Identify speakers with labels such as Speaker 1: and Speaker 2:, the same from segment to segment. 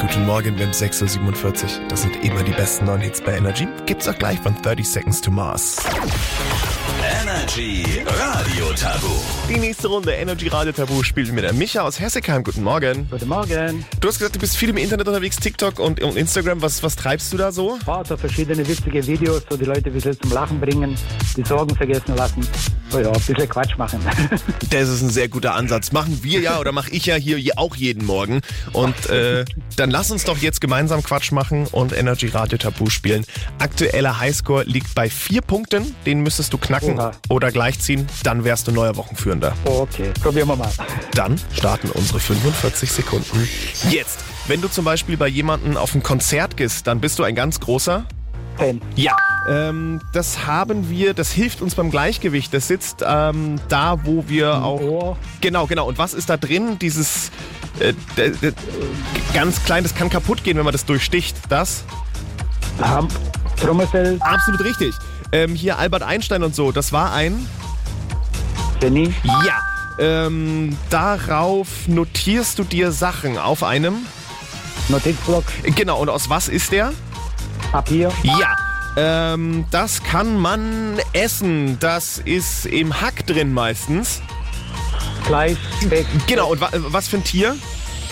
Speaker 1: Guten Morgen, Wimp 647. Das sind immer die besten neuen Hits bei Energy. Gibt's auch gleich von 30 Seconds to Mars.
Speaker 2: Energy Radio Tabu.
Speaker 1: Die nächste Runde Energy Radio Tabu spielt mit der Micha aus Hessekheim. Guten Morgen.
Speaker 3: Guten Morgen.
Speaker 1: Du hast gesagt, du bist viel im Internet unterwegs, TikTok und, und Instagram. Was, was treibst du da so?
Speaker 3: Baut auf verschiedene witzige Videos, so die Leute ein bisschen zum Lachen bringen, die Sorgen vergessen lassen. So ja, ein bisschen Quatsch machen.
Speaker 1: Das ist ein sehr guter Ansatz. Machen wir ja oder mache ich ja hier je- auch jeden Morgen. Und äh, dann lass uns doch jetzt gemeinsam Quatsch machen und Energy Radio Tabu spielen. Aktueller Highscore liegt bei vier Punkten. Den müsstest du knacken
Speaker 3: Oha.
Speaker 1: oder gleichziehen. Dann wärst du neuer Wochenführender.
Speaker 3: okay, probieren wir mal.
Speaker 1: Dann starten unsere 45 Sekunden jetzt. Wenn du zum Beispiel bei jemandem auf ein Konzert gehst, dann bist du ein ganz großer.
Speaker 3: Zehn.
Speaker 1: Ja. Ähm, das haben wir, das hilft uns beim Gleichgewicht. Das sitzt ähm, da, wo wir auch.
Speaker 3: Ohr.
Speaker 1: Genau, genau. Und was ist da drin? Dieses äh, d- d- g- ganz klein, das kann kaputt gehen, wenn man das durchsticht. Das?
Speaker 3: Hamp, Trommelfell,
Speaker 1: Absolut richtig. Ähm, hier Albert Einstein und so, das war ein.
Speaker 3: Jenny,
Speaker 1: Ja. Ähm, darauf notierst du dir Sachen auf einem.
Speaker 3: Notizblock,
Speaker 1: Genau, und aus was ist der?
Speaker 3: Papier,
Speaker 1: Ja. Ähm, das kann man essen. Das ist im Hack drin meistens.
Speaker 3: Fleisch, Speck,
Speaker 1: Genau, und wa was für ein Tier?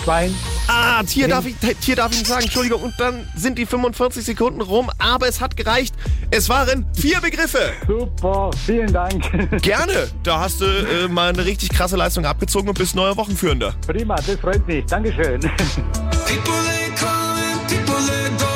Speaker 3: Schwein.
Speaker 1: Ah, Tier darf, ich, Tier darf ich nicht sagen, Entschuldigung. Und dann sind die 45 Sekunden rum, aber es hat gereicht. Es waren vier Begriffe.
Speaker 3: Super, vielen Dank.
Speaker 1: Gerne. Da hast du äh, mal eine richtig krasse Leistung abgezogen und bist neuer Wochenführender.
Speaker 3: Prima, das freut mich. Dankeschön.
Speaker 2: People they come and people they go.